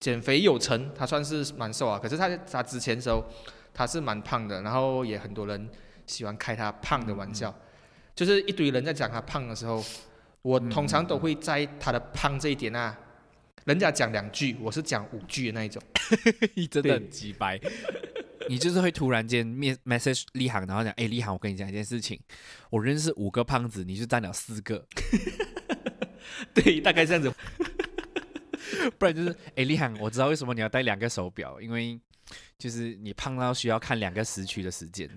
B: 减肥有成，他算是蛮瘦啊，可是他他之前的时候他是蛮胖的，然后也很多人喜欢开他胖的玩笑，就是一堆人在讲他胖的时候，我通常都会在他的胖这一点啊，人家讲两句，我是讲五句的那一种，
A: [laughs] 你真
B: 对
A: 的很鸡掰。 [laughs] 你就是会突然间面 message 立行，然后讲，哎，立行，我跟你讲一件事情，我认识五个胖子，你就占了四个， [laughs]
B: 对，大概这样子。
A: 不然就是，哎，立行，我知道为什么你要戴两个手表，因为就是你胖到需要看两个时区的时 [laughs] 间。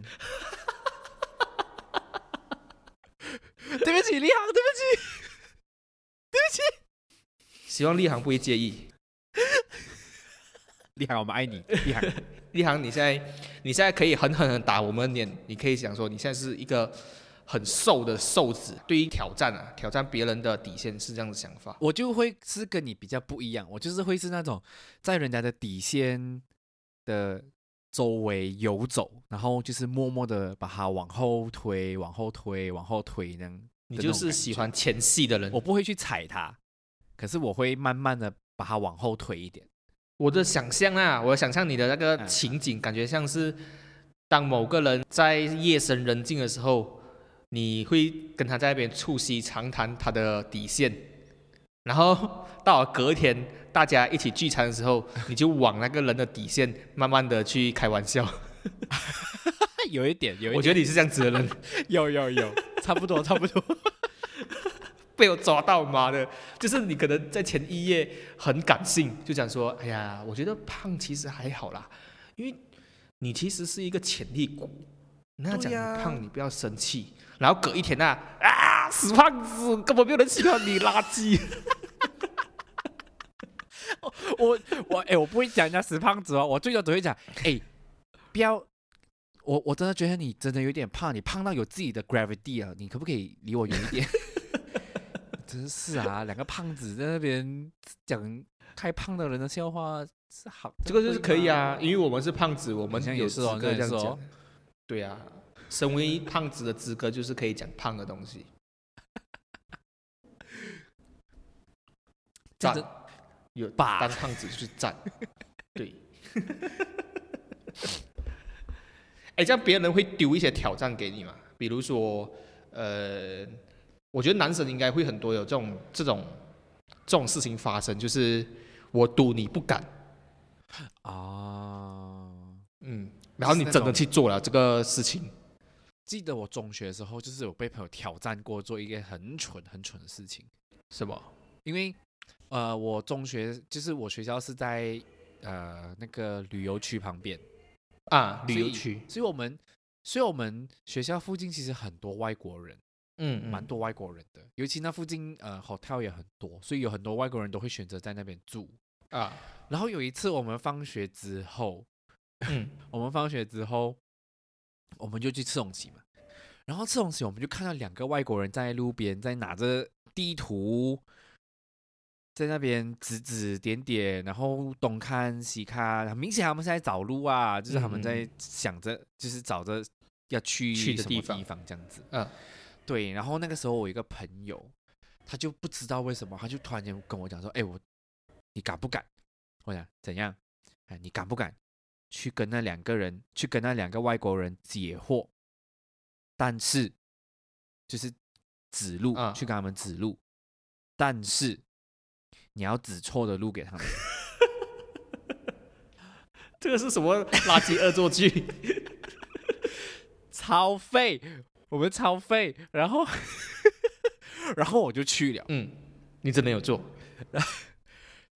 A: 对不起，立行，对不起，
B: 希望立行不会介意。
A: 立行，我们爱你，立行。
B: 立航，你现在你现在可以狠狠的打我们的脸，你可以想说你现在是一个很瘦的瘦子，对于挑战啊，挑战别人的底线是这样子想法。
A: 我就会是跟你比较不一样，我就是会是那种在人家的底线的周围游走，然后就是默默的把它往后推、往后推、往后推那样。
B: 你就是喜，欢前戏的人。
A: 我
B: 我
A: 不会去踩它，可是我会慢慢的把它往后推一点。
B: 我的想象啊，我想象你的那个
A: 嗯
B: 情景，感觉像是当某个人在夜深人静的时候，你会跟他在那边促膝长谈他的底线，然后到了隔天大家一起聚餐的时候，你就往那个人的底线慢慢的去开玩笑。
A: [laughs] 有一点，有一
B: 我
A: 点，
B: 觉得你是这样子的人， [laughs]
A: 有有有，差不多差不多。
B: 被我抓到妈的！就是你可能在前一夜很感性，就讲说：“哎呀，我觉得胖其实还好啦，因为你其实是一个潜力股。”你跟他讲
A: 对呀
B: 你胖，你不要生气。然后隔一天呐、啊，死胖子，根本没有人喜欢你，垃圾。
A: 我我哎、我不会讲人家死胖子哦，我最多只会讲哎、不要，我我真的觉得你真的有点胖，你胖到有自己的 gravity 啊，你可不可以离我远一点？ [laughs] 真是啊，两个胖子在那边讲开胖的人的笑话是好，
B: [laughs] 这个就是可以啊，
A: 对吗。
B: 因为我们是胖子，我们
A: 好像也
B: 有
A: 是
B: 资
A: 哦
B: 格这样
A: 好像也是
B: 讲。
A: 哦
B: 对啊，身为胖子的资格就是可以讲胖的东西。
A: 真
B: 赞
A: 的，
B: 有
A: 吧
B: 当胖子就是 [laughs] 赞。对。哎，这样别人会丢一些挑战给你嘛？比如说，呃，我觉得男生应该会很多有这种这种这种事情发生，就是我赌你不敢，
A: 啊，
B: 嗯，然后你真的去做了这个事情，
A: 记得我中学的时候，就是有被朋友挑战过做一个很蠢很蠢的事情。
B: 什么？
A: 因为呃，我中学就是我学校是在呃那个旅游区旁边，
B: 啊，旅游
A: 所以
B: 区，
A: 所以我们所以我们学校附近其实很多外国人，
B: 嗯，嗯
A: 蛮多外国人的，尤其那附近呃 hotel 也很多，所以有很多外国人都会选择在那边住。
B: 啊，
A: 然后有一次我们放学之后，
B: 嗯，
A: 我们放学之后，我们就去吃东西嘛。然后吃东西，我们就看到两个外国人站在路边，在拿着地图，在那边指指点点，然后东看西看，很明显他们是在找路啊，就是他们
B: 嗯
A: 在想着，就是找着要去
B: 去的
A: 什么
B: 地
A: 地
B: 方
A: 这样子。
B: 嗯，
A: 对。然后那个时候我有一个朋友，他就不知道为什么，他就突然间跟我讲说：“哎，我你敢不敢？”我讲怎样？哎，你敢不敢去跟那两个人，去跟那两个外国人解惑？但是就是指路，
B: 啊
A: 去跟他们指路，但是你要指错的路给他们。
B: [laughs] 这个是什么垃圾恶作剧？
A: [laughs] 超费，我们超费，然后 [laughs] 然后我就去了，
B: 嗯，你真的有 [laughs] 做？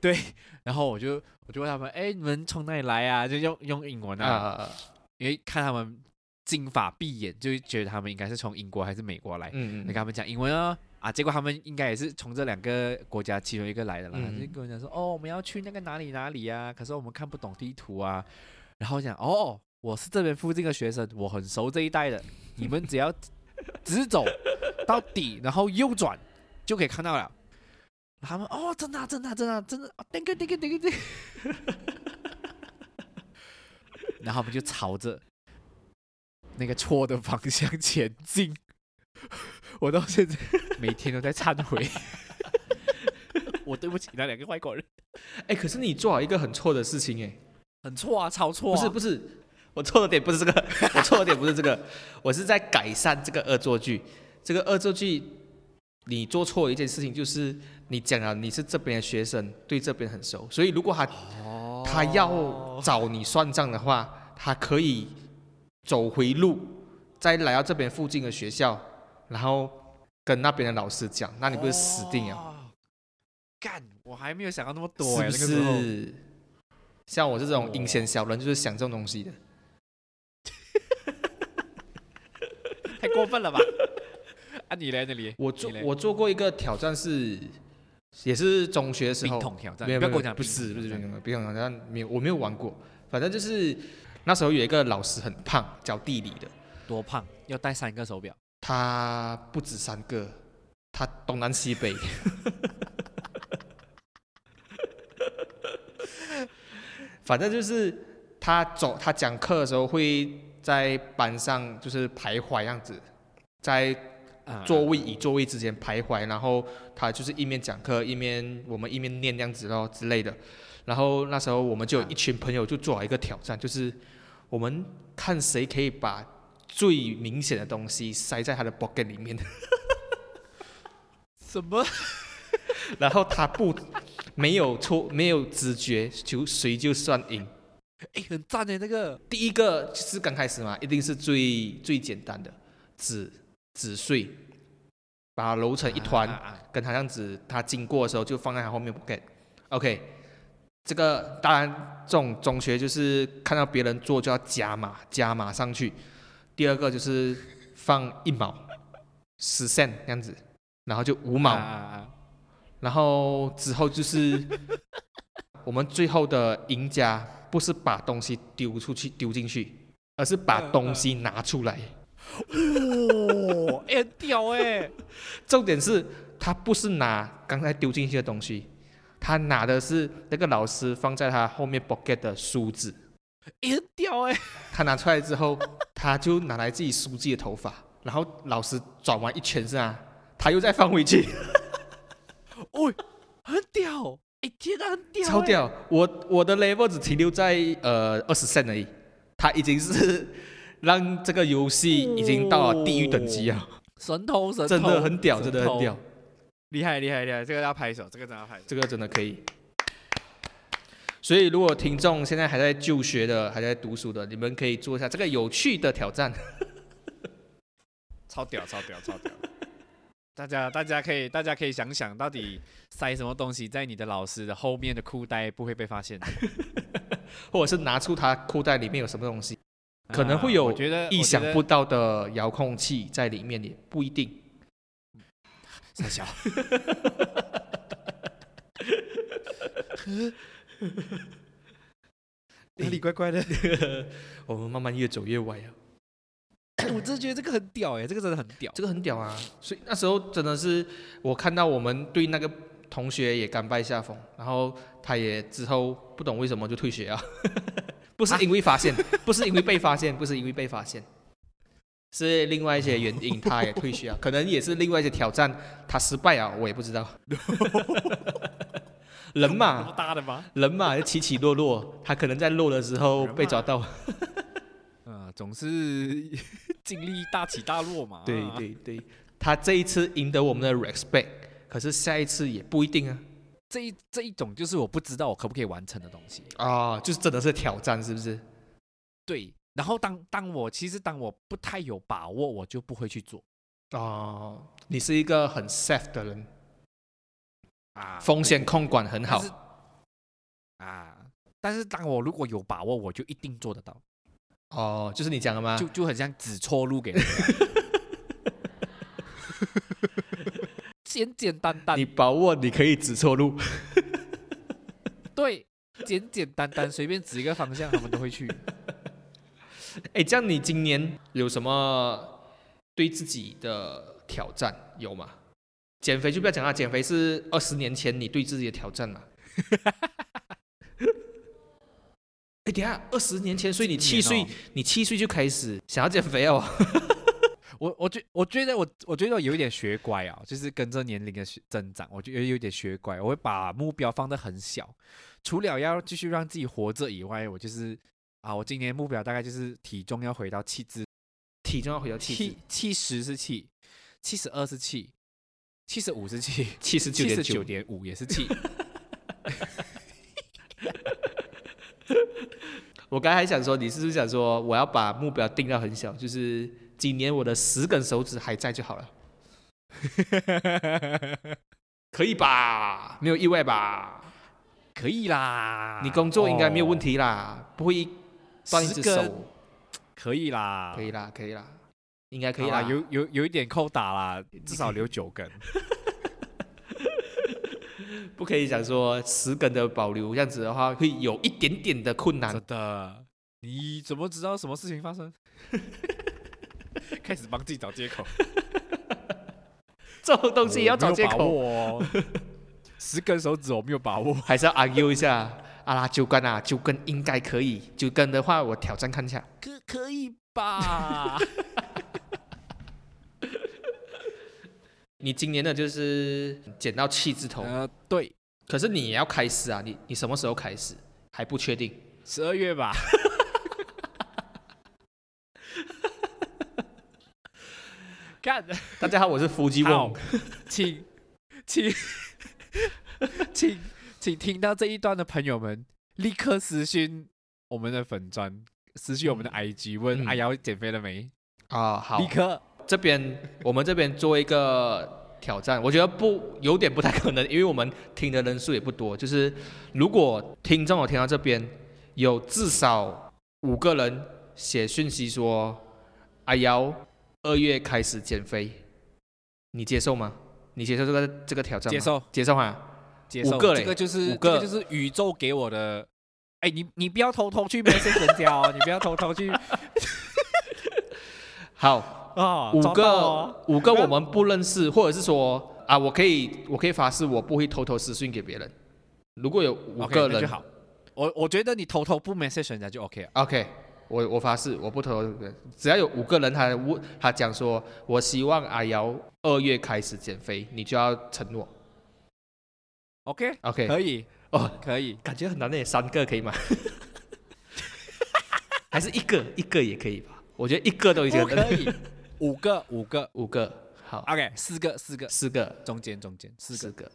A: 对，然后我就我就问他们，哎，你们从哪里来啊？就用用英文
B: 啊
A: 啊，
B: 啊，啊
A: 因为看他们金发碧眼，就觉得他们应该是从英国还是美国来，
B: 嗯
A: 你
B: 嗯
A: 跟他们讲英文啊、啊，结果他们应该也是从这两个国家其中一个来的啦，
B: 嗯
A: 就跟我讲说哦，我们要去那个哪里哪里啊，可是我们看不懂地图啊，然后我讲哦，我是这边附近的学生，我很熟这一带的，你们只要直走到底，然后右转就可以看到了。他们哦，真的啊、真的啊、真的啊、真的啊，那个那个那个那个， [laughs] 然后我们就朝着那个错的方向前进。我到现在每天都在忏悔， [laughs] 我对不起那两个外国人，
B: 哎，可是你做好一个很错的事情，哎，
A: 很错啊，超错、
B: 不
A: 啊，
B: 是不是，我错的点不是这 [laughs] 个，我错的点不是这个，我是在改善这个恶作剧。这个恶作剧，你做错一件事情，就是你讲了你是这边的学生，对这边很熟，所以如果他
A: 哦
B: 他要找你算账的话，他可以走回路，再来到这边附近的学校，然后跟那边的老师讲，那你不是死定了？
A: 哦干，我还没有想到那么多
B: 是
A: 哎、
B: 不
A: 那个时候
B: 是？像我这种阴险小人，就是想这种东西的。
A: 太过分了吧？ [laughs] 啊，你来那里，
B: 我做
A: 你嘞
B: 我做过一个挑战是，也是中学的时
A: 冰
B: 候，
A: 桶挑战，
B: 没有
A: 不
B: 没
A: 要跟
B: 有
A: 我讲
B: 不
A: 冰
B: 是
A: 桶
B: 不是
A: 挑
B: 冰
A: 战
B: 桶冰桶挑战没有我没有玩过，反正就是那时候有一个老师很胖，教地理的，
A: 多胖，要戴三个手表，
B: 他不止三个，他东南西北。 [laughs] 反正就是他走，他讲课的时候会在班上就是徘徊样子，在
A: 啊
B: 座位与座位之间徘徊，然后他就是一面讲课一面我们一面念这样子咯之类的。然后那时候我们就有一群朋友就做了一个挑战，就是我们看谁可以把最明显的东西塞在他的 pocket 里面， [laughs]
A: 什么？ [laughs]
B: 然后他不没有错没有知觉就谁就算赢。
A: 哎、很赞的那个，
B: 第一个就是刚开始嘛，一定是最最简单的纸纸碎，把它揉成一团。
A: 啊啊
B: 跟他这样子，他经过的时候就放在他后面不给。OK，这个当然，这种中学就是看到别人做就要加码，加码上去。第二个就是放一毛、十 cent 这样子，然后就五
A: 啊
B: 毛，
A: 啊啊
B: 然后之后就是我们最后的赢家不是把东西丢出去丢进去，而是把
A: 嗯
B: 东
A: 嗯
B: 西拿出来。
A: 哦，哎、很屌哎、
B: 重点是他不是拿刚才丢进去的东西，他拿的是那个老师放在他后面 pocket 的梳子。
A: 哎很屌哎、 [laughs]
B: 他拿出来之后，他就拿来自己梳自己的头发，然后老师转完一圈是啊，他又再放回去，
A: 哦，很屌，哎、天哪，很屌、欸，
B: 超屌！我我的 level 只停留在呃二十 cent 而已，他已经是让这个游戏已经到了地狱等级啊，
A: 神偷神偷，
B: 真的很屌，真的很
A: 神
B: 屌
A: 偷，，厉害厉害厉害，这个要拍手，这个真的要拍手。
B: 这个真的可以。所以，如果听众现在还在就学的，还在读书的，你们可以做一下这个有趣的挑战。
A: 超屌，超屌，超屌！ [laughs] 大家大家可以大家可以想想到底塞什么东西在你的老师的后面的裤袋不会被发现，
B: [laughs] 或者是拿出他裤袋里面有什么东西，可能会有
A: 啊我觉得
B: 意想
A: 我
B: 不到的遥控器在里面，也不一定。
A: 觉得太
B: [laughs]
A: 小。哪里怪怪的？
B: 我们慢慢越走越歪啊，
A: 我真的觉得这个很屌哎、这个真的很屌。
B: 这个很屌啊！所以那时候真的是我看到我们对那个同学也甘拜下风，然后他也之后不懂为什么就退学啊， [laughs] 不是因为发
A: 啊
B: 现，不是因为被发现，不 [laughs] 是因为被发现。是另外一些原因，他也退学啊，可能也是另外一些挑战，他失败啊，我也不知
A: [laughs]
B: 道。人
A: 这
B: 嘛
A: 么，大的吗？
B: 人嘛，起起落落，他可能在落的时候
A: 人嘛
B: 被抓到。
A: 嗯、总是 [laughs] 经历大起大落嘛。啊
B: 对对对，他这一次赢得我们的 respect，可是下一次也不一定啊。
A: 这一这一种就是我不知道我可不可以完成的东西。
B: 啊、就是真的是挑战，是不是？
A: 对，然后当当我其实当我不太有把握，我就不会去做
B: 啊、你是一个很 safe 的人，
A: 啊。
B: 风险控管很
A: 但
B: 好
A: 是啊，但是当我如果有把握，我就一定做得到，
B: 哦、就是你讲的吗
A: 就？就很像指错路给人家。 [laughs] 简简单单，
B: 你把握你可以指错 [laughs] 路，
A: 对，简简单单，随便指一个方向，他们都会去。
B: 哎，这样你今年有什么对自己的挑战有吗？减肥就不要讲了，啊减肥是二十年前你对自己的挑战啊 [laughs] 嘛。哎，等一下，二十年前，所以你七岁，
A: 今年
B: 你七岁就开始想要减肥哦。 [laughs]
A: 我我觉我觉得我我觉得我有一点学乖啊，就是跟着年龄的学增长，我觉得有点学乖，我会把目标放得很小，除了要继续让自己活着以外，我就是啊，我今年目标大概就是体重要回到七至
B: 体重要回到七十
A: 七七十是气，七十二是气，七十五是
B: [laughs]
A: 气，
B: 七十
A: 七
B: 九点
A: 十
B: 九
A: 九，点五也是
B: [laughs]
A: 气。
B: 我刚才还想说，你是不是想说我要把目标定到很小，就是今年我的十根手指还在就好了，可以吧？啊没有意外吧？
A: 可以啦，
B: 你工作应该没有问
A: 哦，
B: 题啦，不会断一只
A: 十根
B: 手，
A: 哦可以啦，
B: 可以啦，可以啦，应该可以
A: 好
B: 啦。
A: 啦，有有有一点扣打啦，至
B: [laughs]
A: 少留九根。
B: 不可以讲说十根的保留，这样子的话会有一点点的困难
A: 真。的，你怎么知道什么事情发生？开始帮自己找借口，
B: [laughs] 这种东西也要找借口，
A: 我没有把握哦。十根手指我没有把握，
B: 还是要 argue 一下。阿拉九根啊，九根应该可以。九根的话，我挑战看一下。
A: 可可以吧？
B: 你今年的就是减到七字
A: [laughs]
B: 头，
A: 呃，对，
B: 可是你也要开始啊，你你什么时候开始还不确定。
A: 十二月吧。看，
B: 大家好，我是腹肌
A: 好
B: 翁，，
A: 请 [laughs] 请请请听到这一段的朋友们，立刻私信我们的粉砖，私信我们的 IG，问
B: 嗯
A: 阿瑶减肥了没？
B: 啊，好
A: 立，刻
B: 这边我们这边做一个挑战，我觉得不有点不太可能，因为我们听的人数也不多。就是如果听众有听到这边，有至少五个人写讯息说阿瑶二月开始减肥，你接受吗？你接受这个这个挑战吗？
A: 接受
B: 接受啊！
A: 接受。
B: 五个嘞
A: 这个就是
B: 五
A: 这
B: 个
A: 个就是宇宙给我的。哎，你你不要偷偷
B: [laughs]
A: 去 message 人家哦，你不要偷偷去
B: 好，
A: 啊，
B: 五
A: 抓
B: 个、
A: 到哦
B: 五个我们不认识，或者是说啊，我可以我可以发誓我不会偷偷私讯给别人。如果有五
A: OK，
B: 个
A: 那
B: 人
A: 就好。我我觉得你偷偷不 message 人家就 OK 了。
B: OK，我我发誓，我不投，只要有五个人他问他讲说，我希望阿瑶二月开始减肥，你就要承诺。
A: OK，
B: OK，
A: 可以
B: 哦，
A: 可以，
B: 感觉很难的，三个可以吗？ [laughs] 还是一个一个也可以吧？我觉得一个都已经
A: 不
B: 很
A: 哦可以？五个五个
B: 五个好，
A: ，OK，四个四个，
B: 四个
A: 中间中间四个。
B: 四个。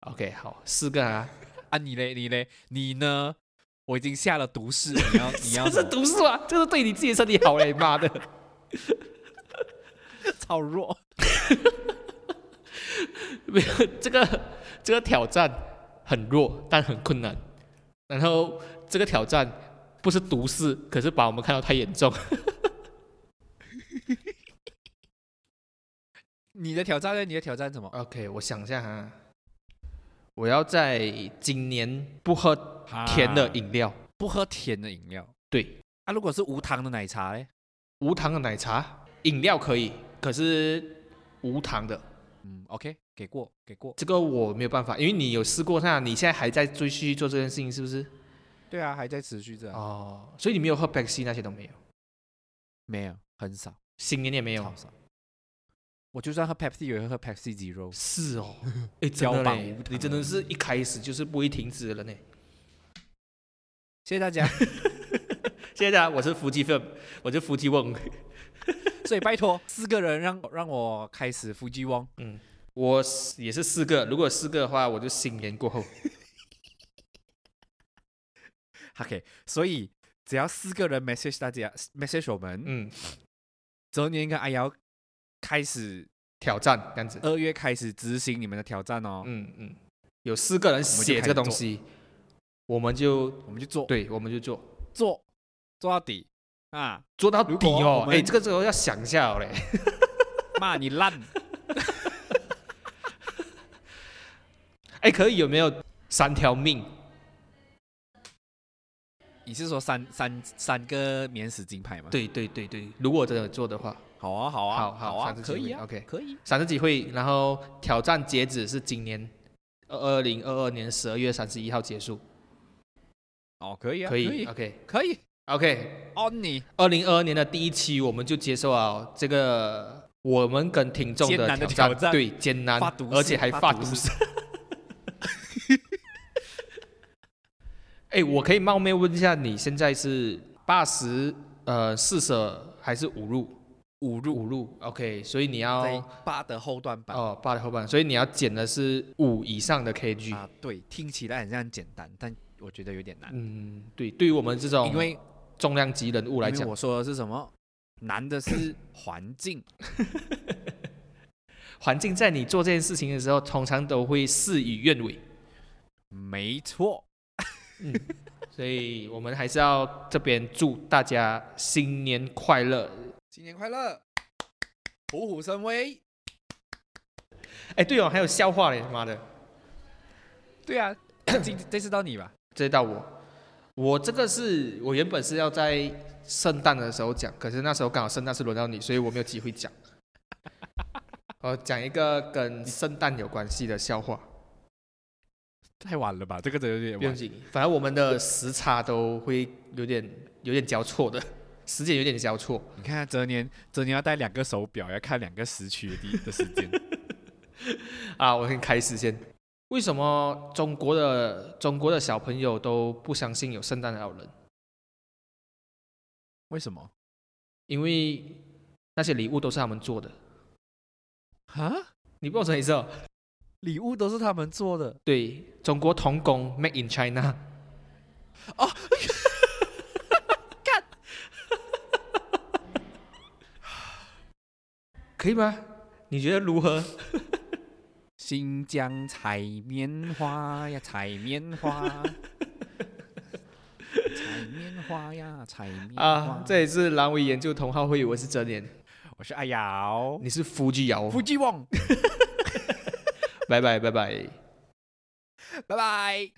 B: OK，好，四个啊，
A: 啊，你嘞你嘞你呢？我已经下了毒誓，你
B: [laughs]
A: 要你要什
B: 这是
A: 么
B: 读书啊，这是对你自己的身体好嘞，妈的！
A: 超弱。
B: [laughs] 没有这个这个挑战很弱，但很困难。然后这个挑战不是毒誓，可是把我们看到太严重。
A: 你的挑战呢？你的挑战什么？
B: [laughs] OK，我想一下哈，我要在今年不喝呃甜的
A: 啊
B: 饮料，
A: 不喝甜的饮料
B: 对，
A: 啊。如果是无糖的奶茶嘞，
B: 无糖的奶茶饮料可以，可是无糖的
A: 嗯，OK，给过，给过。
B: 这个我没有办法，因为你有试过，那你现在还在追续做这件事情，是不是？
A: 对啊，还在持续着啊、
B: 哦，所以你没有喝 Pepsi 那些都没有，
A: 没有，很少，
B: 新年也没有
A: 超，少。我就算喝 Pepsi，也会喝 Pepsi Zero。[laughs]
B: 是哦，哎，真的
A: 标榜
B: 嘞
A: 无糖
B: 你真的是一开始就是不会停止的人呢。
A: 谢谢大
B: [laughs]
A: 家，
B: 谢谢大啊家，我是伏击 film，我是伏击翁。
A: 所以拜托四个人让让我开始腹肌汪。
B: 我是也是四个，如果四个的话，我就新年过后。
A: OK，所以只要四个人 message 大家 message 我们，
B: 嗯，
A: 哲年跟阿瑶哎开始
B: 挑战这样子。
A: 二月开始执行你们的挑战哦，
B: 嗯嗯，有四个人写这个东西，我们就
A: 我们就做
B: 对，我们就做
A: 做做到底啊！
B: 做到
A: 如
B: 底
A: 果
B: 哦
A: 我。们
B: 哎，这个时候要想一下哦嘞。
A: 骂你烂，
B: 哎，可以有没有三条命？
A: 你是说三三三个免死金牌吗？，
B: 对对对对，如果真的做的话，
A: 好啊，好啊，
B: 好好
A: 好啊，
B: 三次机
A: 可
B: 会
A: 以啊
B: OK
A: 可以。
B: 三十几会，然后挑战截止是今年二零二二年十二月三十一号结束，
A: 哦，可以啊，
B: 可
A: 以，
B: 以？OK
A: 可以
B: OK，
A: on 你
B: 二零二二年的第一期，我们就接受了这个我们跟听众
A: 艰
B: 的
A: 难的
B: 挑
A: 挑战
B: 对艰难
A: 发毒，誓
B: 而且还发
A: 发
B: 毒
A: 毒
B: 誓。 [laughs] 哎，我可以冒昧问一下，你现在是八十呃四舍还是五入？
A: 五入
B: 五入，OK，所以你要
A: 在八的后段版
B: 哦八的后半，所以你要减的是五以上的 KG。
A: 啊，对，听起来很像很简单，但我觉得有点难，
B: 嗯，对，对于我们这种
A: 因为
B: 重量级人物来
A: 因为
B: 讲，
A: 我说的是什么？难的是 [coughs] 环境，
B: 环境在你做这件事情的时候，通常都会事与愿违，
A: 没错，
B: 所以我们还是要这边祝大家新年快乐。
A: 新年快乐，虎虎生威。
B: 哎，对哦，还有笑话嘞，妈的，
A: 对啊， [coughs] 今这次到你吧。
B: 这到我，我这个是我原本是要在圣诞的时候讲，可是那时候刚好圣诞是轮到你，所以我没有机会 [laughs] 讲。我讲一个跟圣诞有关系的笑话，
A: 太晚了吧？这个真的有
B: 不用紧，反正我们的时差都会有点有点交错的，时间有点交错。
A: 你看哲年，哲年要戴两个手表，要看两个时区的 [laughs] 地的时间。
B: 啊，我先开始先。为什么中国的中国的小朋友都不相信有圣诞老人？
A: 为什么？
B: 因为那些礼物都是他们做的。
A: 啊？
B: 你不懂什么意思哦？
A: 礼物都是他们做的，
B: 对中国童工 Made in China。哦 [laughs]
A: 干，
B: 可以吗？你觉得如何？
A: 新疆采棉花呀，采棉 [laughs] 花，采棉花呀，采棉花。
B: 啊，这里是阑尾研究同好会，我是哲年，
A: 我是阿瑶，
B: 你是夫妻瑶，
A: 福记旺，
B: 拜拜拜拜。
A: 拜拜。